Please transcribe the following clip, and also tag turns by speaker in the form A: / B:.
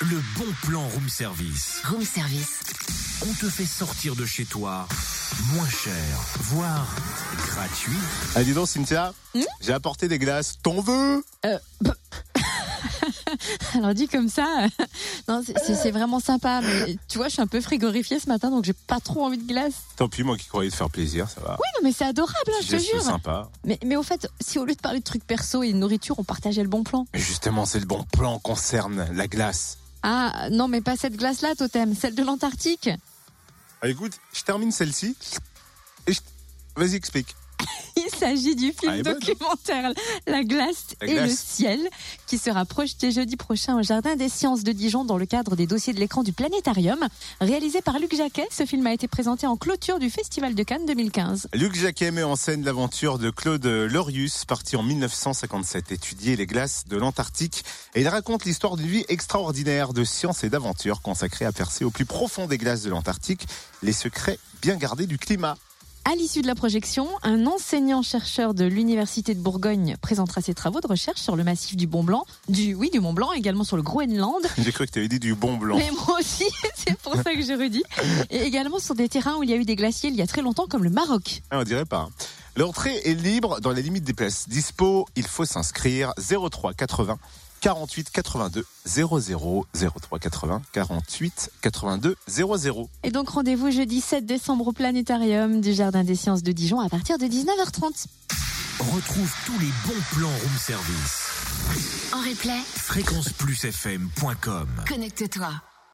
A: Le bon plan room service.
B: Room service.
A: On te fait sortir de chez toi moins cher, voire gratuit.
C: Ah, dis donc, Cynthia,
D: Hmm
C: j'ai apporté des glaces. T'en veux
D: Alors dit comme ça, euh, non, c'est- c'est c'est vraiment sympa. Mais tu vois, je suis un peu frigorifiée ce matin, donc j'ai pas trop envie de glace.
C: Tant pis, moi qui croyais te faire plaisir, ça va.
D: Oui, non, mais c'est adorable, hein,
C: Petit
D: je te
C: geste
D: jure.
C: sympa.
D: Mais, mais au fait, si au lieu de parler de trucs perso et de nourriture, on partageait le bon plan.
C: Mais justement, c'est le bon plan concerne la glace.
D: Ah non, mais pas cette glace-là, totem, celle de l'Antarctique.
C: Ah, écoute, je termine celle-ci. Et je... Vas-y, explique.
D: Il s'agit du film
C: Ah, elle est bonne, hein.
D: documentaire La glace
C: La
D: et le
C: glace.
D: ciel, qui sera projeté jeudi prochain au Jardin des sciences de Dijon dans le cadre des dossiers de l'écran du planétarium. Réalisé par Luc Jacquet, ce film a été présenté en clôture du Festival de Cannes 2015.
C: Luc Jacquet met en scène l'aventure de Claude Lorius, parti en 1957 étudier les glaces de l'Antarctique. Et il raconte l'histoire d'une vie extraordinaire de science et d'aventure consacrée à percer au plus profond des glaces de l'Antarctique les secrets bien gardés du climat.
D: À l'issue de la projection, un enseignant-chercheur de l'Université de Bourgogne présentera ses travaux de recherche sur le massif du Mont Blanc, du, oui, du Mont Blanc, également sur le Groenland,
C: J'ai cru que tu avais dit du bon blanc.
D: Mais moi aussi, c'est pour ça que je redis. Et également sur des terrains où il y a eu des glaciers il y a très longtemps, comme le Maroc.
C: Ah, on dirait pas. L'entrée est libre dans les limites des places dispo. Il faut s'inscrire 03 80 48 82 00 03 80 48 82 00.
D: Et donc rendez-vous jeudi 7 décembre au Planétarium du Jardin des Sciences de Dijon à partir de 19h30.
A: Retrouve tous les bons plans room service.
B: En replay,
A: Fréquenceplusfm.com
B: connecte-toi.